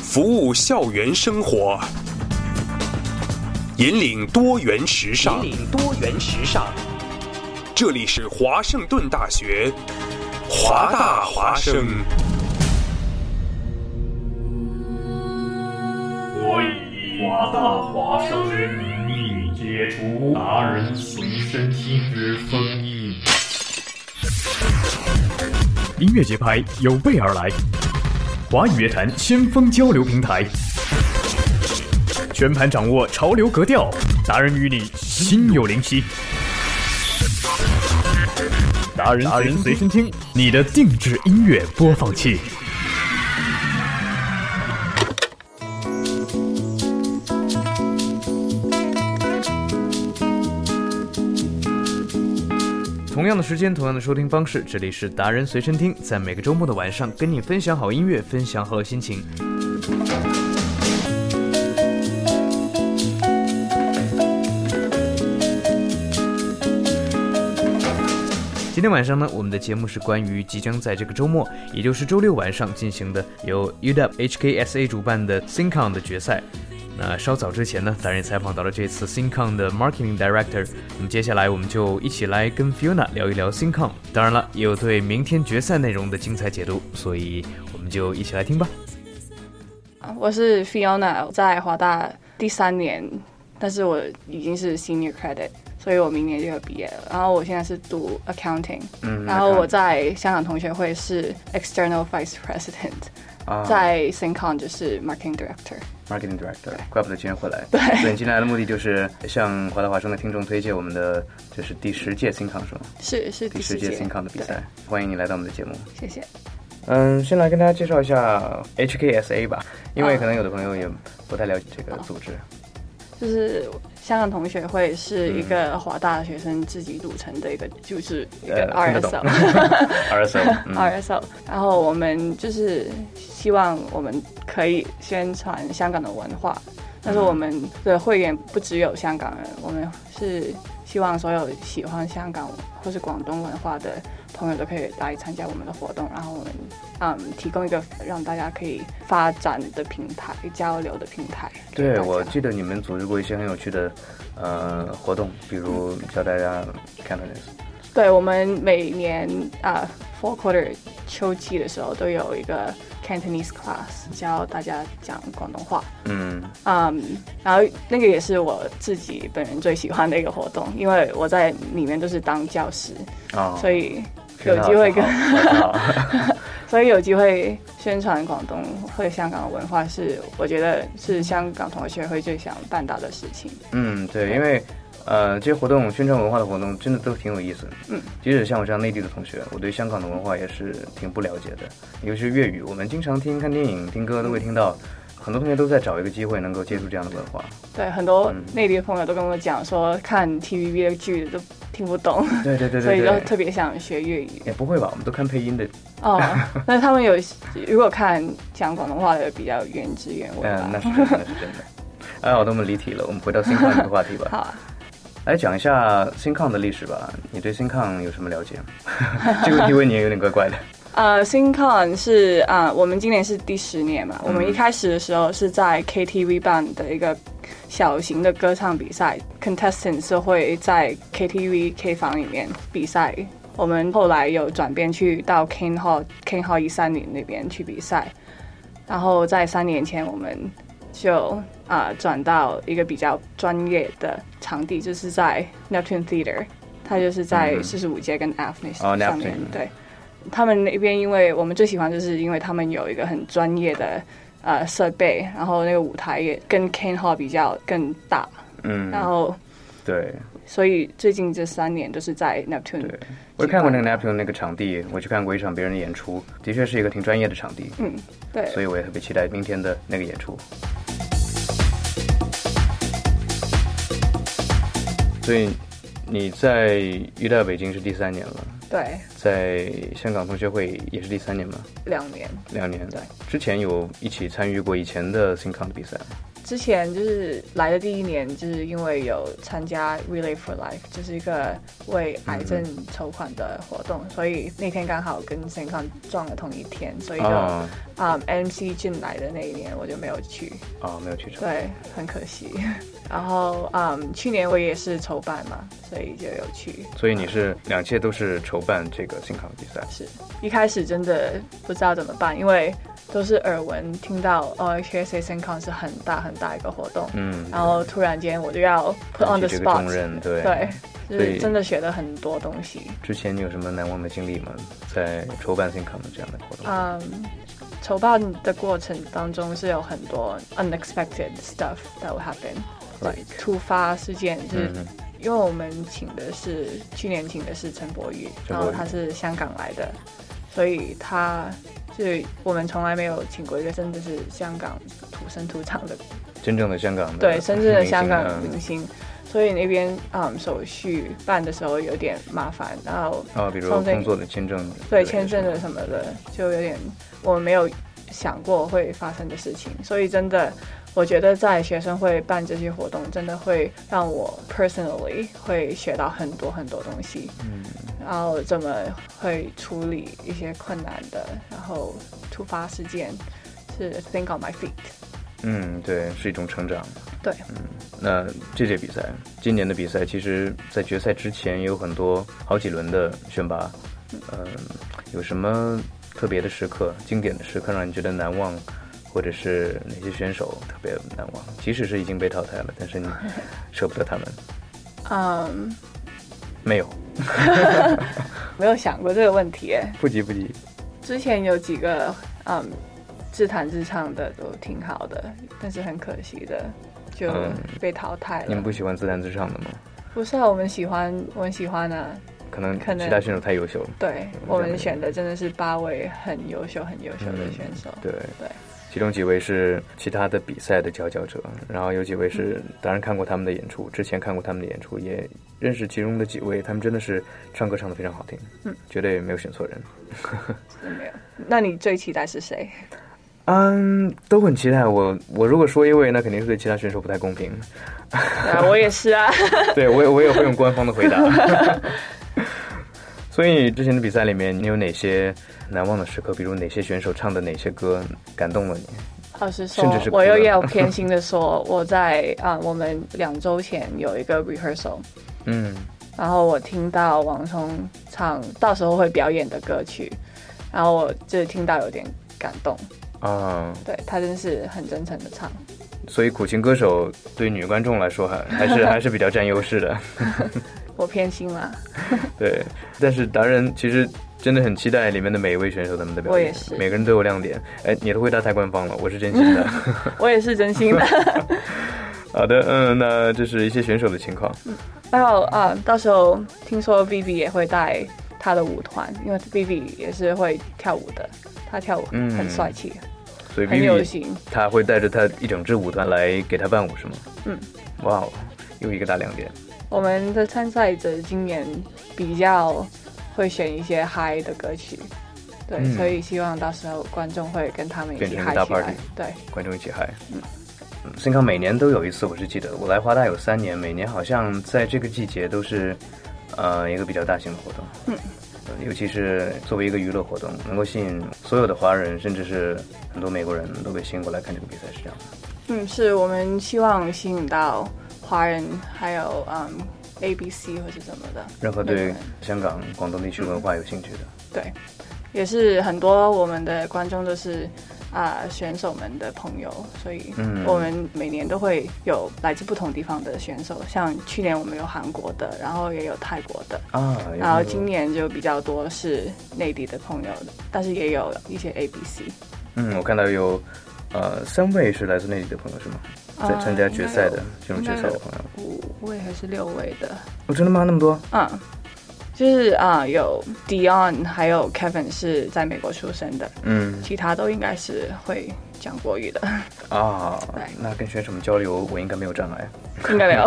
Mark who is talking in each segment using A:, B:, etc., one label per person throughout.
A: 服务校园生活，引领多元时尚。
B: 引领多元时尚。
A: 这里是华盛顿大学，华大华生。
C: 所以华大华生命解除达人随身听之封印。
D: 音乐节拍有备而来，华语乐坛先锋交流平台，全盘掌握潮流格调，达人与你心有灵犀。达人达人随身听，你的定制音乐播放器。
E: 同样的时间，同样的收听方式，这里是达人随身听，在每个周末的晚上，跟你分享好音乐，分享好心情。今天晚上呢，我们的节目是关于即将在这个周末，也就是周六晚上进行的由 UW HKSA 主办的 SingCon 的决赛。那稍早之前呢，咱也采访到了这次 SingCon 的 Marketing Director。那么接下来我们就一起来跟 Fiona 聊一聊 SingCon，当然了，也有对明天决赛内容的精彩解读，所以我们就一起来听吧。
F: 我是 Fiona，在华大第三年，但是我已经是 Senior Credit，所以我明年就要毕业了。然后我现在是读 Accounting，、然
G: 嗯
F: 后我在香港同学会是 External Vice President，、在
G: 啊
F: SingCon 就是 Marketing Director。
G: marketing director，怪不得今天会来。对，所以你今天来的目的就是向华大华生的听众推荐我们的，就是第十届 SingCon 是吗？
F: 是是
G: 第
F: 第
G: 十
F: 十
G: 届
F: 届
G: SingCon 的比
F: 对
G: 赛，欢迎你来到我们的节目。
F: 谢谢。
G: 嗯，先来跟大家介绍一下 HKSA 吧，因
F: 啊
G: 为可能有的朋友也不太了解这个组织。
F: 就是香港同学会是
G: 嗯
F: 一个华大学生自己组成的一个，就是一个
G: 呃听得懂
F: RSL。
G: RSL，嗯
F: RSL，然后我们就是希望我们可以宣传香港的文化，但是我们的会员不只有香港人，我们是希望所有喜欢香港或是广东文化的朋友都可以来参加我们的活动，然后我们嗯提供一个让大家可以发展的平台、交流的平台给大家。
G: 对，我记得你们组织过一些很有趣的呃活动，比如教大家 Cantonese。
F: 对，我们每年啊、fall quarter 秋季的时候都有一个 Cantonese class，教大家讲广东话。
G: 嗯，
F: 嗯，然后那个也是我自己本人最喜欢的一个活动，因为我在里面都是当教师，
G: 哦，
F: 所以
G: 学
F: 有
G: 到
F: 机会跟，
G: 好好
F: 所以有机会宣传广东或香港的文化是，我觉得是香港同学会最想办到的事情。
G: 嗯，对，因为呃，这些活动宣传文化的活动真的都挺有意思。
F: 嗯，
G: 即使像我这样内地的同学，我对香港的文化也是挺不了解的，尤其是粤语，我们经常听看电影、听歌都会听到，很多同学都在找一个机会能够接触这样的文化。
F: 对，很多
G: 嗯
F: 内地的朋友都跟我讲说，看 TVB 的剧都听不懂，
G: 对对对
F: 嗯所以
G: 对
F: 就
G: 对。
F: 特别想学粤语。
G: 也不会吧，我们都看配音的，
F: 哦，那他们有如果看讲广东话的比较原汁原味
G: 嗯、
F: 吧。
G: 那是真的，那是真的。哎，好的，我们离题了，我们回到 SingCon 这个话题吧。
F: 好啊。
G: 来讲一下 SingCon 的历史吧。你对 SingCon 有什么了解？ 这个问题问你也有点怪怪的。
F: 呃，SingCon 是啊、呃我们今年是第十年
G: 嗯
F: 嘛。我们一开始的时候是在 KTV Band 的一个小型的歌唱比赛，contestants 是会在 KTV K 房里面比赛。我们后来有转变去到 King Hall King Hall 一三零那边去比赛，然后在三年前我们就啊、呃转到一个比较专业的场地，就是在 Neptune Theater，它就是在四十五街跟
G: 嗯
F: Avenue
G: 哦
F: 上面，
G: ，Neptune
F: 对。他们那边，因为我们最喜欢就是因为他们有一个很专业的呃设备，然后那个舞台也跟 Can Hall 比较更大，
G: 嗯，
F: 然后
G: 对，
F: 所以最近这三年都是在 Neptune
G: 对，我也看过那个 Napkin 那个场地，我去看过一场别人的演出，的确是一个挺专业的场地，
F: 嗯，对，
G: 所以我也特别期待明天的那个演出。所以你在遇到北京是第三年了，
F: 对
G: 在香港同学会也是第三年吗？
F: 两年
G: 两年。
F: 对，
G: 之前有一起参与过以前的 SingCon 的比赛吗？
F: 之前就是来的第一年，就是因为有参加 Relay for Life，就是一个为癌症筹款的活动，所以那天刚好跟 s e n c o n 撞了同一天，所以就
G: 啊
F: 啊、MC 进来的那一年我就没有去，
G: 啊，没有去成。
F: 对，很可惜。 然后嗯，去年我也是筹办嘛，所以就有去。
G: 所以你是两届都是筹办这个新康比赛，
F: 是一开始真的不知道怎么办，因为都是耳闻听到哦，HSA SenCon 是很大很大一个活动，
G: 嗯，
F: 然后突然间我就要 put
G: 担
F: on the
G: 起这个
F: spot，
G: 重任，对
F: 对，就
G: 所以
F: 是真的学了很多东西。
G: 之前你有什么难忘的经历吗？在筹办 ThinkCom 这样的活动？
F: 嗯，筹办的过程当中是有很多 unexpected stuff that will happen，
G: Like
F: 突发事件，就是
G: 嗯
F: 因为我们请的是去年请的是陈柏宇，
G: 陈
F: 然
G: 柏宇
F: 后他是香港来的，所以他就是我们从来没有请过一个真的是香港土生土长的，
G: 真正的香港的
F: 对，真正的
G: 明星
F: 香港
G: 嗯
F: 明星。所以那边嗯手续办的时候有点麻烦，然后
G: 啊，比如
F: 从这
G: 工作的签证之类的，
F: 对签证的什么的，就有点我们没有想过会发生的事情，所以真的，我觉得在学生会办这些活动，真的会让我 personally 会学到很多很多东西，嗯，然后怎么会处理一些困难的，然后突发事件是 think on my feet，
G: 嗯，对，是一种成长。
F: 对，
G: 那这届比赛，今年的比赛，其实在决赛之前也有很多好几轮的选拔，嗯、有什么特别的时刻、经典的时刻让你觉得难忘，或者是哪些选手特别难忘？即使是已经被淘汰了，但是你舍不得他们，
F: 嗯、
G: 没有，
F: 没有想过这个问题耶，
G: 不急不急，
F: 之前有几个嗯自弹自唱的都挺好的，但是很可惜的就
G: 嗯
F: 被淘汰
G: 你
F: 了。
G: 们不喜欢自弹自唱的吗？
F: 不是啊，我们喜欢，我们喜欢啊。
G: 可能
F: 可能
G: 其他选手太优秀了，
F: 对
G: 嗯
F: 我们选的真的是八位很优秀、很优秀的选手。
G: 对。
F: 对
G: 其中几位是其他的比赛的佼佼者，然后有几位是
F: 嗯
G: 当然看过他们的演出，之前看过他们的演出，也认识其中的几位，他们真的是唱歌唱得非常好听，嗯，绝对没有选错人。
F: 真的没有。那你最期待 是谁？
G: 嗯，都很期待我。我如果说一位，那肯定是对其他选手不太公 平。
F: 对啊，我也是 啊。
G: 对我也我也会用官方的回答。 所以之前的比赛里面，你有哪些难忘的时刻？比如哪些选手唱的哪些歌感动了你？
F: 老实
G: 甚
F: 说
G: 至是，哭
F: 我
G: 了
F: 又要偏心的说，我在啊、我们两周前有一个 rehearsal，
G: 嗯，
F: 然后我听到王聪唱到时候会表演的歌曲，然后我就听到有点感动，
G: 啊，
F: 对他真是很真诚的唱，
G: 所以苦情歌手对女观众来说还 还是还是比较占优势的，
F: 我偏心啦，
G: 对。但是达人其实真的很期待里面的每一位选手他们的表
F: 我
G: 演
F: 也，是
G: 每个人都有亮点。哎，你的回答太官方了，我是真心 的。
F: 我也是真心的。
G: 好的，嗯，那这是一些选手的情况。
F: 然后啊、到时候听说 Vivi 也会带他的舞团，因为 Vivi 也是会跳舞的，他跳舞
G: 嗯
F: 很帅气，
G: 所以
F: 很有
G: Vivi
F: 型。
G: 他会带着他一整支舞团来给他伴舞是吗？
F: 嗯，
G: 哇哦，又一个大亮点。
F: 我们的参赛者今年比较会选一些嗨的歌曲，对，
G: 嗯
F: 所以希望到时候观众会跟他们一
G: 变
F: 起
G: 成一个
F: 嗨
G: 大
F: 起来
G: party。
F: 对，
G: 观众一起嗨。嗯，新康每年都有一次，我是记得我来华大有三年，每年好像在这个季节都是，呃，一个比较大型的活动。嗯。尤其是作为一个娱乐活动，能够吸引所有的华人，甚至是很多美国人都被吸引过来看这个比赛，是这样的。
F: 嗯，是我们希望吸引到华人，还有嗯 A B C 或是怎么的，
G: 任何
F: 美国
G: 对
F: 人
G: 香港、广东地区文化有兴趣的，
F: 对，也是很多我们的观众都是啊、选手们的朋友，所以
G: 嗯
F: 我们每年都会有来自不同地方的选手，像去年我们有韩国的，然后也有泰国的。
G: 啊，有
F: 然后
G: 很多
F: 今年就比较多是内地的朋友，但是也有一些 A、B、C。
G: 嗯，我看到有，呃，三位是来自内地的朋友是吗？在
F: 呃
G: 参加决赛的
F: 应
G: 这种决赛的朋友，
F: 五位还是六位的，
G: 哦，真的吗？那么多？
F: 嗯，就是啊、有 Dion 还有 Kevin 是在美国出生的，
G: 嗯，
F: 其他都应该是会讲国语的，
G: 啊
F: 对，
G: 那跟选手们交流，我应该没有障碍。
F: 应该没有。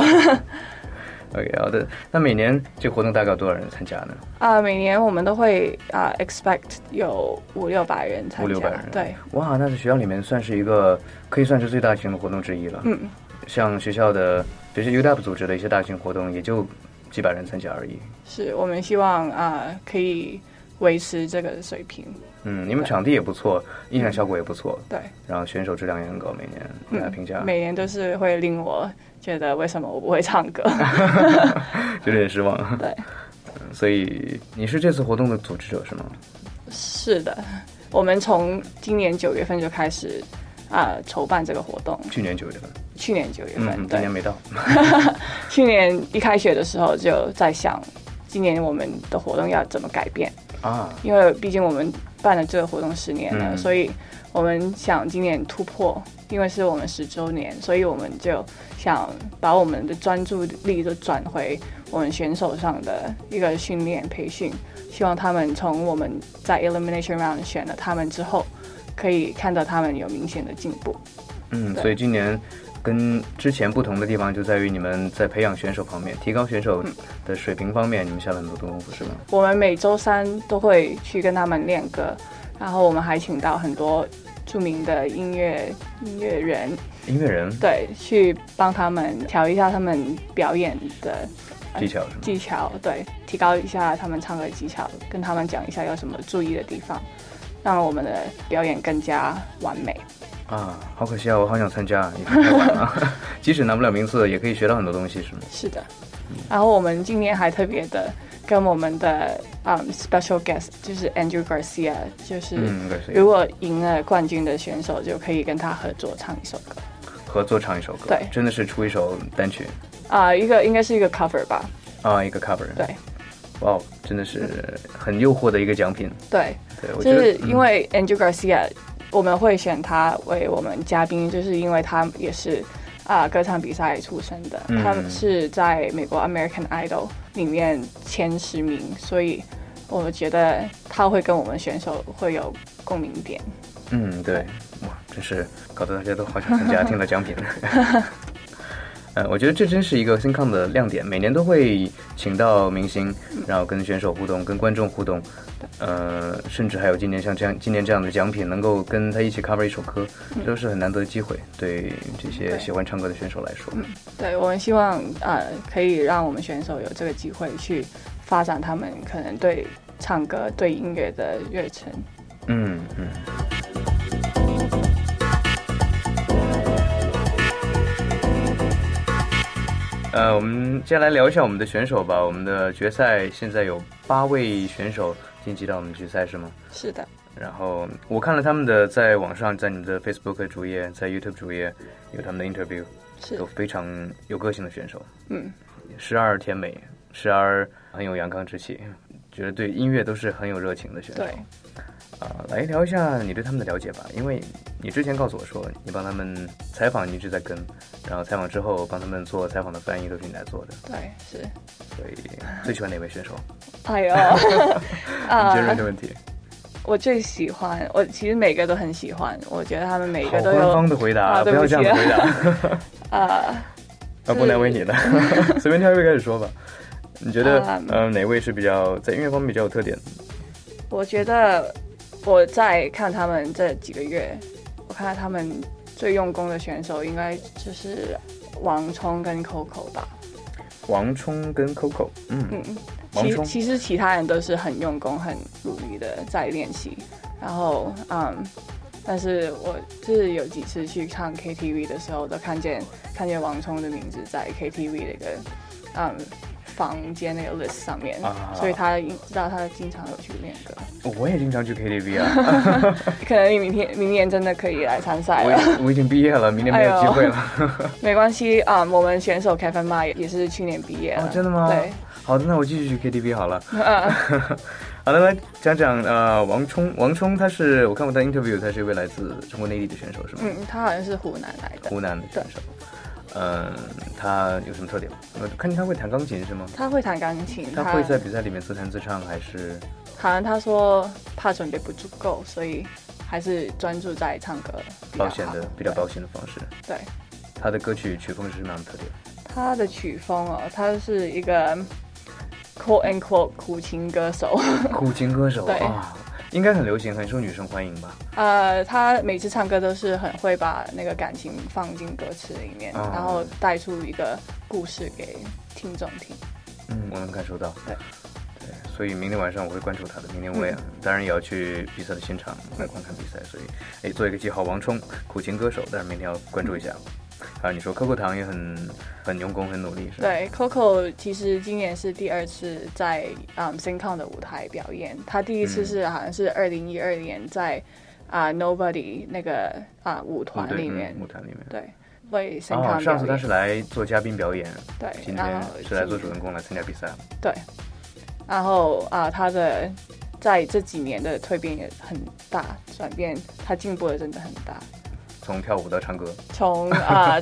G: OK，好的。那每年这个活动大概有多少人参加呢？
F: 啊、每年我们都会啊、expect 有五六百人参加，
G: 五六百人。
F: 对，，
G: 哇，那在学校里面算是一个可以算是最大型的活动之一了。
F: 嗯，
G: 像学校的，比如说 UW 组织的一些大型活动，也就几百人参加而已。
F: 是我们希望啊、可以维持这个水平。
G: 嗯，你们场地也不错，音响效果也不错，
F: 嗯对，嗯
G: 然后选手质量也很高，每年大家评价，
F: 每年都是会令我觉得为什么我不会唱歌。
G: 有点失望。 嗯
F: 对，
G: 所以你是这次活动的组织者是吗？
F: 是的，我们从今年九月份就开始啊、筹办这个活动，
G: 去年九月份，
F: 去年九月份，
G: 嗯，今
F: 对
G: 年，没到。
F: 去年一开学的时候就在想，今年我们的活动要怎么改变，
G: 啊，
F: 因为毕竟我们办了这个活动十年了，
G: 嗯
F: 所以我们想今年突破，因为是我们十周年，所以我们就想把我们的专注力都转回我们选手上的一个训练培训，希望他们从我们在 elimination round 选了他们之后，可以看到他们有明显的进步。
G: 嗯，
F: 对
G: 所以今年跟之前不同的地方就在于你们在培养选手方面、提高选手的水平方面，你们下了很多功夫，是吗？
F: 我们每周三都会去跟他们练歌，然后我们还请到很多著名的音乐音乐人
G: 音乐人
F: 对，去帮他们调一下他们表演的
G: 技巧是吗？
F: 技巧，对，提高一下他们唱歌的技巧，跟他们讲一下有什么注意的地方，让我们的表演更加完美。
G: 啊，好可惜啊，我好想参加，也太晚了。即使拿不了名次，也可以学到很多东西，是吗？
F: 是的，然后我们今年还特别的跟我们的嗯、special guest 就是 Andrew Garcia，就是、
G: 嗯，应该是
F: 如果赢了冠军的选手，就可以跟他合作唱一首歌，
G: 合作唱一首歌，
F: 对
G: 真的是出一首单曲
F: 啊、一个应该是一个 cover 吧，
G: 啊，一个 cover，
F: 对，
G: 哇哦，真的是很诱惑的一个奖品。
F: 对，
G: 对，我觉
F: 就
G: 得嗯
F: 是因为 Andrew Garcia，我们会选他为我们嘉宾，就是因为他也是啊、歌唱比赛出身的，
G: 嗯
F: 他是在美国 American Idol 里面前十名，所以我觉得他会跟我们选手会有共鸣点。
G: 嗯，嗯对，哇，真是搞得大家都好想参加，听到奖品。呃，我觉得这真是一个 SinCon 的亮点，每年都会请到明星，然后跟选手互动，跟观众互动，呃，甚至还有今年像这样今年这样的奖品，能够跟他一起 cover 一首歌，这都是很难得的机会，对这些
F: 对
G: 喜欢唱歌的选手来说。
F: 对我们希望呃可以让我们选手有这个机会去发展他们可能对唱歌、对音乐的热忱。
G: 嗯嗯。呃，我们接下来聊一下我们的选手吧。我们的决赛现在有八位选手晋级到我们决赛是吗？
F: 是的，
G: 然后我看了他们的在网上，在你们的 Facebook 主页，在 YouTube 主页有他们的 interview，
F: 是
G: 都非常有个性的选手。
F: 嗯，
G: 时而甜美，时而很有阳刚之气，觉得对音乐都是很有热情的选手。
F: 对。
G: 啊，来聊一下你对他们的了解吧，因为你之前告诉我说，你帮他们采访，你一直在跟，然后采访之后帮他们做采访的翻译都是你来做的，
F: 对，是，
G: 所以最喜欢哪位选手？
F: 哎 呦，
G: 你
F: 啊
G: 觉得的问题，
F: 我最喜欢，我其实每个都很喜欢，我觉得他们每
G: 好
F: 个都
G: 官方
F: 有
G: 的回答，
F: 啊
G: 不
F: 对
G: 要
F: 不
G: 这样
F: 起
G: 子回答，
F: 啊，
G: 啊，不难为你了， 随便挑一位开始说吧。你觉 得
F: 嗯
G: 呃哪位是比较在音乐方面比较有特点？
F: 我觉得我在看他们这几个月，我看到他们最用功的选手应该就是王冲跟 Coco 吧，
G: 王冲跟 Coco，嗯
F: 嗯，
G: 王
F: 其
G: 冲
F: 其实其他人都是很用功、很努力的在练习，然后嗯，但是我就是有几次去唱 KTV 的时候，都看见看见王冲的名字在 KTV 那个嗯房间那个 list 上面，
G: 啊
F: 所以他应知道他经常有去练歌，
G: 哦我也经常去 KTV 啊，
F: 可能你明天明年真的可以来参赛
G: 我
F: 了，
G: 已我已经毕业了，明年没有
F: 哎
G: 机
F: 呦
G: 会了。
F: 没关系啊、嗯我们选手 Kevin Ma 也是去年毕业了，
G: 哦，真的吗？
F: 呃对，。嗯
G: 好的，那我继续去 KTV 好 了。 好的，来讲讲呃，王冲，王冲他是我看过他 interview，他是一位来自中国内地的选手，是吗？
F: 嗯，他好像是湖南来的，
G: 湖南的选手。嗯，他有什么特点吗？我看见他会弹钢琴是吗？
F: 他会弹钢琴，
G: 他会在比赛里面自弹自唱，还是
F: 好像他说怕准备不足够，所以还是专注在唱歌比较
G: 保
F: 好
G: 险的比较保险的方式？
F: 对，
G: 他的歌曲曲风是什么样的特点？
F: 他的曲风哦，他是一个 quote and quote 苦情歌手。
G: 苦情歌手
F: 对
G: 啊，应该很流行，很受女生欢迎吧？
F: 呃，他每次唱歌都是很会把那个感情放进歌词里面，
G: 啊
F: 然后带出一个故事给听众听。
G: 嗯，我能感受到。
F: 对嗯
G: 对，所以明天晚上我会关注他的。明天我也、当然也要去比赛的现场来观看比赛，所以哎，做一个记号，王冲，苦情歌手，但是明天要关注一下。
F: 嗯
G: 还有你说 Coco 糖也很很用功，很努力，是吧？
F: 对，Coco 其实今年是第二次在嗯 SingCon 的舞台表演，他第一
G: 嗯
F: 次是好像是二零一二年在啊、Nobody 那个啊、舞
G: 哦，
F: 团
G: 对，
F: 里面
G: 嗯，舞台里面。
F: 对，为 SingCon 表
G: 哦，
F: 演。
G: 上次他是来做嘉宾表演，
F: 对
G: 今
F: 然
G: 天
F: 后
G: 是来做
F: 今
G: 主人公来参加比赛了。
F: 对，然后啊、他的在这几年的蜕变也很大，转变他进步的真的很大，
G: 从跳舞到唱 歌，
F: 从 啊、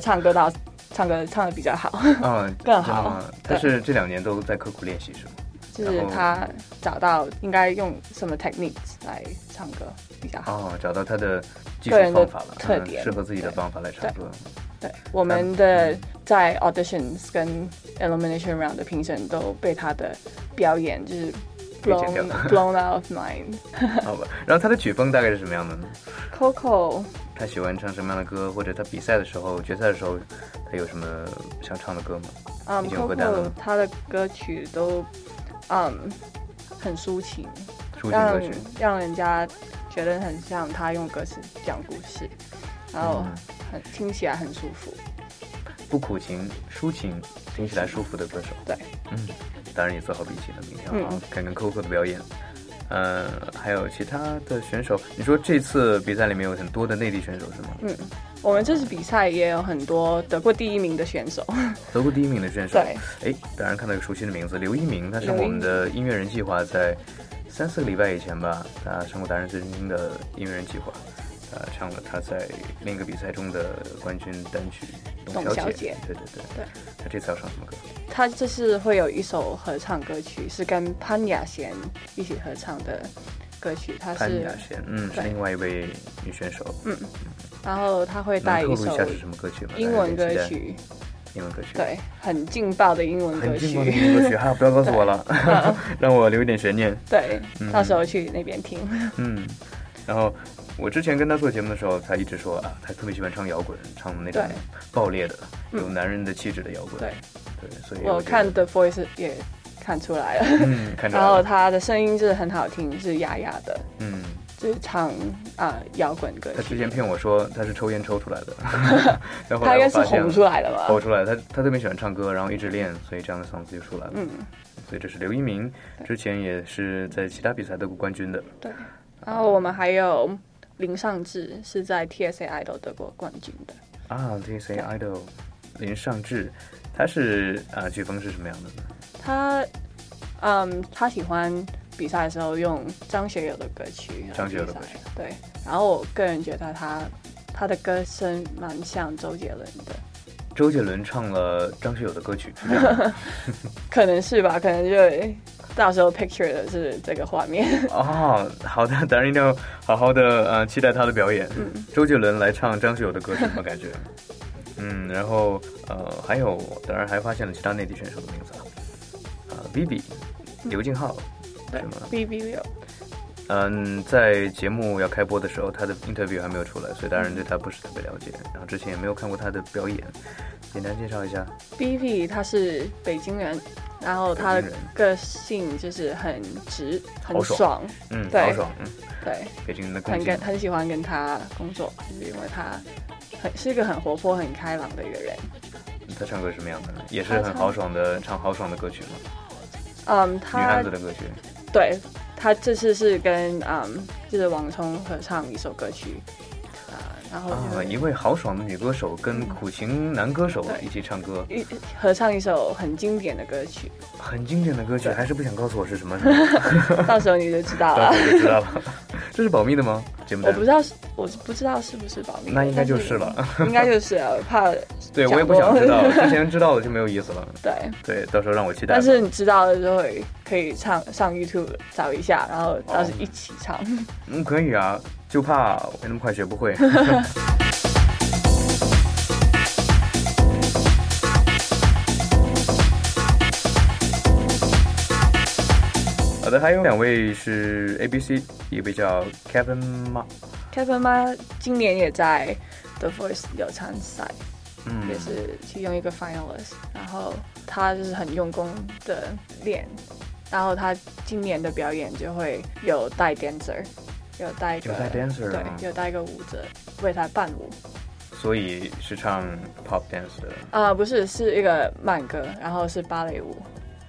F: 唱歌到唱歌唱的比较好，
G: 嗯，
F: 更好
G: 真的吗他
F: 对
G: 是这两年都在刻苦练习，是吗？
F: 就是他找到应该用什么 techniques 来唱歌比较好。
G: 哦，找到他的技术
F: 个人的
G: 方法了，
F: 特
G: 嗯
F: 点
G: 适合自己的
F: 对
G: 方法来唱歌。
F: 对，我们的在 auditions 跟 elimination round 的评审都被他的表演就是 blown
G: 剪掉 了
F: blown out of mind。
G: 好吧，然后他的曲风大概是什么样的呢？
F: Coco
G: 他喜欢唱什么样的歌，或者他比赛的时候、决赛的时候，他有什么想唱的歌吗？
F: 嗯
G: 已经有歌单了
F: Coco 他的歌曲都嗯很抒情，
G: 抒情歌
F: 让
G: 曲，
F: 让人家觉得很像他用歌词讲故事，然后
G: 嗯
F: 很听起来很舒服。
G: 不苦情、抒情，听起来舒服的歌手。
F: 对，
G: 嗯，当然也做好笔记了，明天好好
F: 嗯
G: 看看 Coco 的表演。呃，还有其他的选手，你说这次比赛里面有很多的内地选手是吗？
F: 嗯，我们这次比赛也有很多得过第一名的选手，
G: 德国第一名的选手，
F: 对，
G: 哎，当然看到一个熟悉的名字，刘一鸣，他上过我们的音乐人计划，在三四个礼拜以前吧，他上过达人最真听的音乐人计划，他唱了他在另一个比赛中的冠军单曲《
F: 董
G: 小
F: 小姐
G: 对对对，
F: 对
G: 他这次要唱什么歌？
F: 他这次会有一首合唱歌曲，是跟潘雅贤一起合唱的歌曲，他
G: 潘
F: 是
G: 雅，贤，嗯，是
F: 对
G: 另外一位女选手，嗯，
F: 然后他会带
G: 能透露一
F: 一首
G: 下是什么歌曲吗？
F: 英文
G: 大家有点
F: 歌
G: 期
F: 曲，
G: 待，英文歌曲，
F: 对，，很劲爆的英文歌
G: 很
F: 曲
G: 劲爆的，英文歌曲，哈，不要告诉我 了， 让我留一点悬念。
F: 对，到时候去那边听，
G: 嗯，然后我之前跟他做节目的时候，他一直说啊，他特别喜欢唱摇滚，唱那种
F: 对嗯
G: 爆裂的、有男人的气质的摇滚。
F: 对
G: 对，所以
F: 我
G: 觉
F: 看
G: 得
F: The Voice 也看出来了。
G: 嗯，看出来
F: 然后
G: 了，
F: 他的声音是很好听，是哑哑的，
G: 嗯，
F: 就是唱啊、摇滚歌
G: 他之
F: 曲。
G: 前骗我说他是抽烟抽出来 的，然后后
F: 他
G: 来
F: 应
G: 我
F: 该是
G: 发现
F: 红出来的吧
G: 吼？出来，他他特别喜欢唱歌，然后一直练，所以这样的嗓子就出来了。
F: 嗯，
G: 所以这是刘一鸣，之前也是在其他比赛得过冠军的。
F: 对。然后我们还有林尚志是在 TSA Idol 得过冠军的，
G: 啊，TC Idol 林尚志，他是啊曲风是什么样的呢？
F: 他嗯，他喜欢比赛的时候用张学友的歌曲来
G: 张学友的
F: 比赛
G: 歌曲
F: 对。然后我个人觉得他他的歌声蛮像周杰伦的，
G: 周杰伦唱了张学友的歌曲，是这样吗
F: 可能是吧，可能就到时候 picture 的是这个画面。
G: 哦，好的，当然一定要好好的呃期待他的表演。
F: 嗯
G: 周杰伦来唱张学友的歌是什么感 觉？嗯，然后呃还有，当然还发现了其他内地选手的名字啊，啊、v i v i
F: 嗯
G: 刘敬浩，
F: 对
G: 是吗？
F: B B 六，
G: 嗯，在节目要开播的时候，他的 interview 还没有出来，所以当然对他不是特别了解，然后之前也没有看过他的表演，简单介绍一下。
F: B B 他是北京人，然后他
G: 北
F: 的
G: 京人
F: 个性就是很直、
G: 豪
F: 很
G: 爽
F: 爽，
G: 嗯，
F: 对
G: 豪爽，嗯，
F: 对，
G: 北京的共
F: 很
G: 青
F: 跟，很喜欢跟他工作，就是因为他很是一个很活泼、很开朗的一个人。
G: 他唱歌什么样的呢？也是
F: 他
G: 很
F: 唱
G: 豪爽的，唱豪爽的歌曲吗？
F: 嗯，
G: 女
F: 他
G: 汉子的歌曲。
F: 对他这次是跟嗯，就是王聪合唱一首歌曲，啊、然后
G: 啊，
F: 就
G: 一位豪爽的女歌手跟
F: 嗯
G: 苦情男歌手一起唱歌，
F: 一合唱一首很经典的歌 曲，
G: 很经典的歌曲，还是不想告诉我是什么，是吗
F: 到时候你就知道
G: 到
F: 了。
G: 时候就知道了。 这是保密的吗？节目
F: 我
G: 单
F: 不知道是，我不知道是不是保密的，
G: 那应该就
F: 但
G: 是了。
F: 应该就是啊，怕
G: 对
F: 讲
G: 我也不想
F: 多
G: 知道， 之前知道了就没有意思了。
F: 对。
G: 对，啊到时候让我期待吧。
F: 但是你知道了之后，可以唱上 YouTube 找一下，然后到时一起唱。
G: 嗯，可以啊，就怕我那么快学不会。 好的，还有两位是 ABC，一位叫 Kevin Ma，
F: Kevin 妈今年也在 The Voice 有参赛，
G: 嗯
F: 也是其中一个 finalist。然后他就是很用功的练，然后他今年的表演就会有带 dancer，有带一个
G: 有带 dancer 啊
F: 对，有带一个舞者为他伴舞。
G: 所以是唱 pop dance 的
F: 啊、不是，是一个慢歌，然后是芭蕾舞，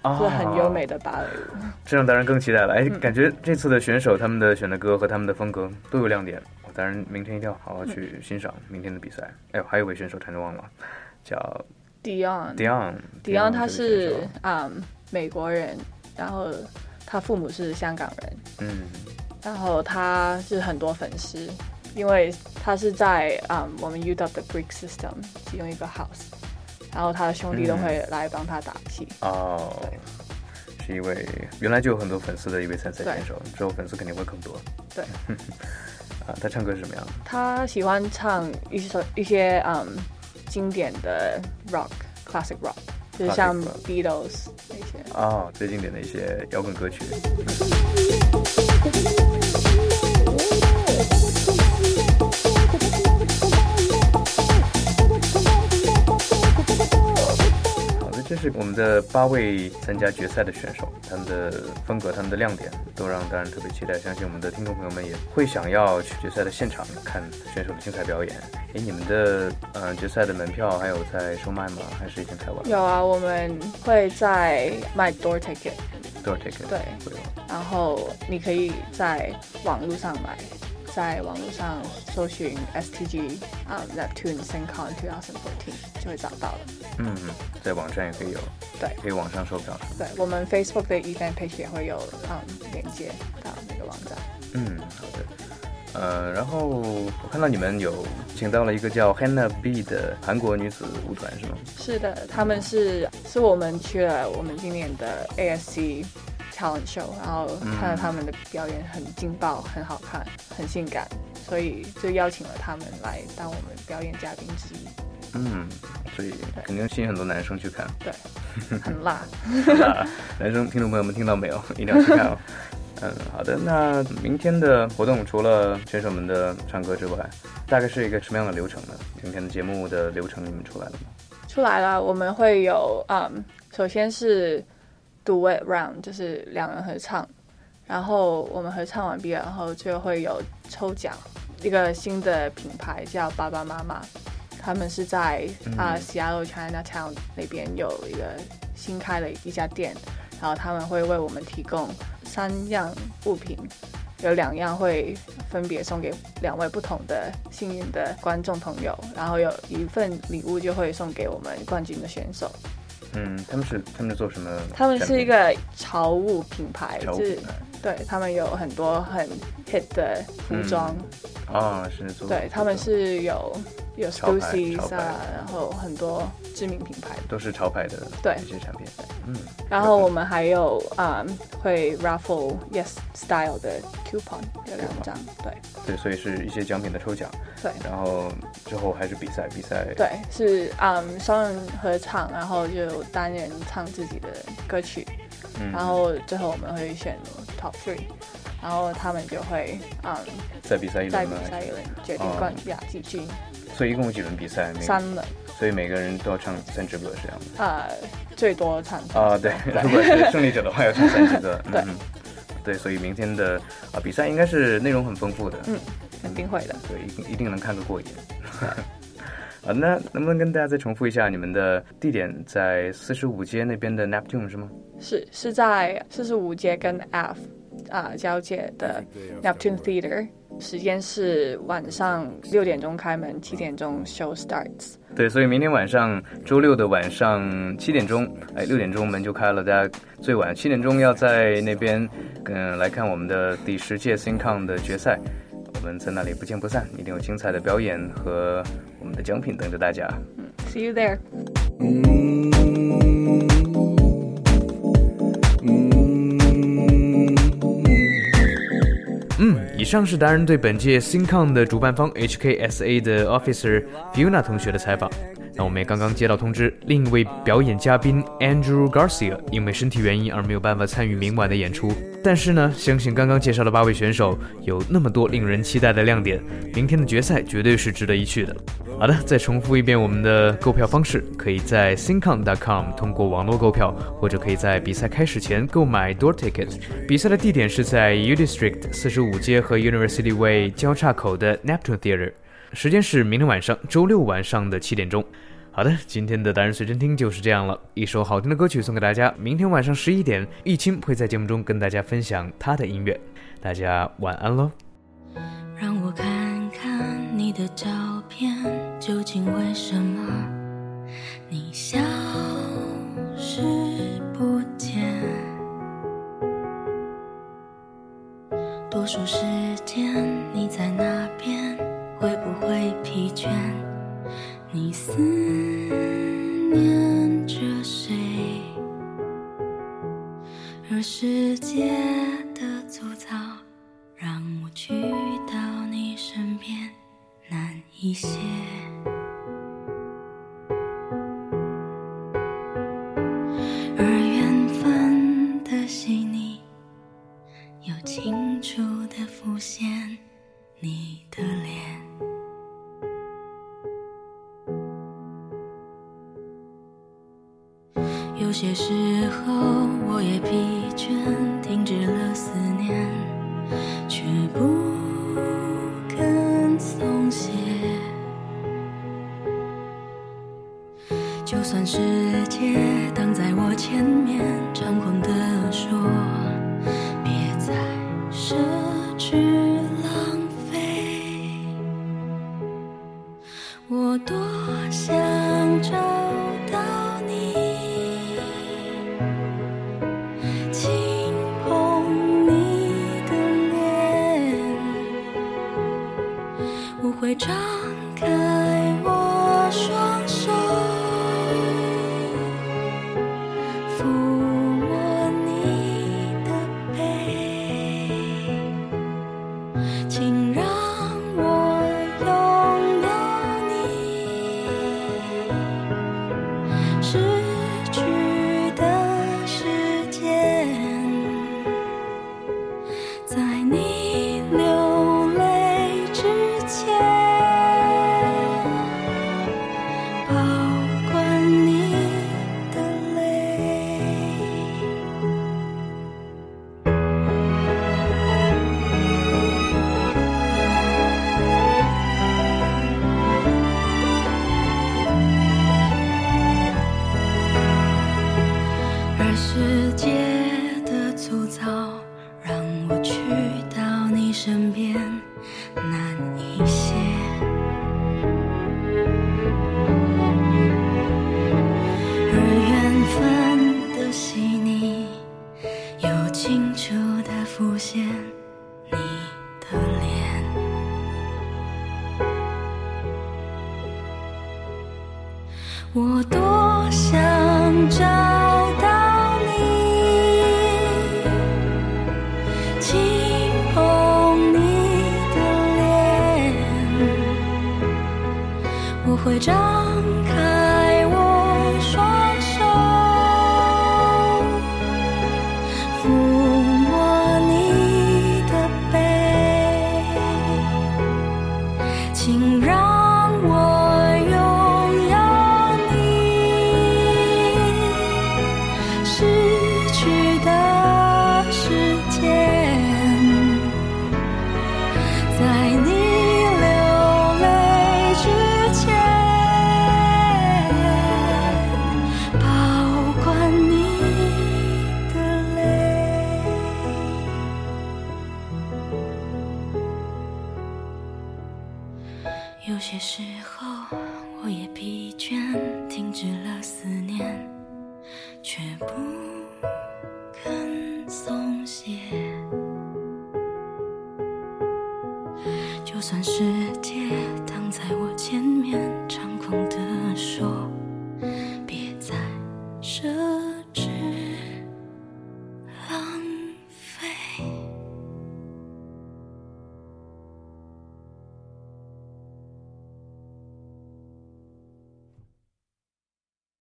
G: 啊
F: 是很优美的芭蕾舞。
G: 这让当然更期待了。哎，
F: 嗯
G: 感觉这次的选手他们的选的歌和他们的风格都有亮点，我当然明天一定要好好
F: 嗯
G: 去欣赏明天的比赛。哎呦，还有一位选手差点忘了，叫
F: 嗯 Dion，
G: Dion。
F: 迪昂
G: 这
F: 他
G: 位选
F: 是
G: 手
F: 啊、嗯美国人，然后他父母是香港人，
G: 嗯
F: 然后他是很多粉丝，因为他是在啊、嗯我们 U W 的 Greek System 其中一个 house，然后他的兄弟
G: 嗯
F: 都会来帮他打气。
G: 哦，是一位原来就有很多粉丝的一位参赛
F: 对
G: 选手，之后粉丝肯定会更多。
F: 对
G: 啊，他唱歌是什么样的？
F: 他喜欢唱一首一些嗯经典的 rock classic rock，就是像
G: Classic rock
F: Beatles 那些。
G: 哦，最经典的一些摇滚歌曲。好的，这是我们的八位参加决赛的选手，他们的风格、他们的亮点，都让当然特别期待。相信我们的听众朋友们也会想要去决赛的现场看选手的精彩表演。哎，你们的呃决赛的门票还有在售卖吗？还是已经开完了？
F: 有啊，我们会在卖 door ticket，
G: 多少 ticket？
F: 对
G: 会有。
F: 然后你可以在网络上买，在网络上搜寻 STG 啊、Neptune SingCon 2014就会找到了。
G: 嗯，在网站也可以有，
F: 对
G: 可以网上售票。
F: 对，我们 Facebook 的 event page 也会有啊、连接到那个网站。
G: 嗯，好的。呃，然后我看到你们有请到了一个叫 Hannah B 的韩国女子舞团，是吗？
F: 是的，他们是是我们去了我们今年的 ASC talent show，然后看到他们的表演很劲爆、很好看、很性感，所以就邀请了他们来当我们表演嘉宾之一。
G: 嗯，所以肯定吸引很多男生去看。
F: 对，很辣。
G: 男生听众朋友们听到没有？ 一定要去看哦。嗯，好的。那明天的活动除了选手们的唱歌之外，大概是一个什么样的流程呢？今天的节目的流程你们出来了吗？
F: 出来了，我们会有嗯，首先是 duet round，就是两人合唱，然后我们合唱完毕了，然后就会有抽奖，一个新的品牌叫爸爸妈妈，他们是在啊、西雅图 Chinatown 那边有一个新开了一家店，然后他们会为我们提供三样物品。有两样会分别送给两位不同的幸运的观众朋友，然后有一份礼物就会送给我们冠军的选手。
G: 嗯，他们是他们是做什么？
F: 他们是一个潮物品牌，
G: 潮物
F: 就是
G: 品牌
F: 对他们有很多很 hit 的服装，
G: 啊、是做
F: 对他们是有有
G: 潮牌
F: Stussy
G: 潮牌嗯
F: 啊，然后很多知名品牌。
G: 都是潮牌的
F: 对
G: 一些产品。嗯，
F: 然后我们还有啊、嗯会 raffle Yes Style 的 coupon 有两张，对
G: 对，所以是一些奖品的抽奖，
F: 对。
G: 然后之后还是比赛，比赛
F: 对，是嗯双人合唱，然后就单人唱自己的歌曲，
G: 嗯
F: 然后最后我们会选 top three，然后他们就会嗯
G: 再比赛一
F: 在
G: 轮
F: 比
G: 吗？
F: 赛一轮决定
G: 哦
F: 冠亚季军
G: 所以一共有几轮比赛？每
F: 三轮，
G: 所以每个人都要唱三支歌，是这样的。
F: 呃最多唱
G: 啊，对，如果是胜利者的话，要唱三支歌。
F: 对
G: 嗯，对，所以明天的啊、比赛应该是内容很丰富的。
F: 嗯，肯定会的。
G: 对，一定一定能看个过瘾。 啊，那能不能跟大家再重复一下你们的地点在四十五街那边的 Neptune 是吗？
F: 是是在四十五街跟 F 啊、交界的 Neptune Theater，时间是晚上六点钟开门，七点钟 show starts。
G: 对，所以明天晚上周六的晚上七点钟，哎，六点钟门就开了，大家最晚七点钟要在那边，嗯，来看我们的第十届 SingCon 的决赛，我们在那里不见不散，一定有精彩的表演和我们的奖品等着大家。
F: See you there.
E: 嗯，以上是达人对本届 SingCon 的主办方 HKSA 的 Officer Fiona 同学的采访。那我们也刚刚接到通知，另一位表演嘉宾 Andrew Garcia 因为身体原因而没有办法参与明晚的演出。
G: 但是呢，相信刚刚介绍的八位选手有那么多令人期待的亮点，明天的决赛绝对是值得一去的。好的，再重复一遍我们的购票方式，可以在 sincon.com 通过网络购票，或者可以在比赛开始前购买 door ticket。比赛的地点是在 U District 四十五街和 University Way 交叉口的 Neptune Theater，时间是明天晚上周六晚上的七点钟。好的，今天的达人随身听就是这样了。一首好听的歌曲送给大家。明天晚上十一点，易清会在节目中跟大家分享他的音乐。大家晚安喽。
B: 让我看看你的照片，究竟为什么你消失不见？多数时间你在那边，会不会疲倦？你思念着谁？而世界的粗糙让我去到你身边难一些。而缘分的细腻，又清楚地浮现你的脸。有些时候我也疲倦，停止了思念，却不肯松懈。就算世界挡在我前面，猖狂地说，别再奢侈浪费。我多想找到你，轻捧你的脸，我会张开我双手，抚摸你的背。请让我拥有你，失去的时间，在你流泪之前，保管你的泪。而世界的粗糙让我去到你身边难一些。而缘分的细腻，又清楚地浮现你的脸。我多想找到你，轻捧你的脸，我会张开我双手，抚摸你的背。请让我拥有你，失去的时间，在你流泪之前，保管你的泪。有些时候我也疲倦，停止了思念，却不肯松懈。就算世